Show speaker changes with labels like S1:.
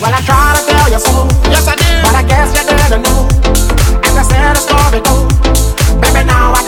S1: Well, I try to tell you so. Yes, I do. But I guess you didn't know. And I said a story too. Baby, now I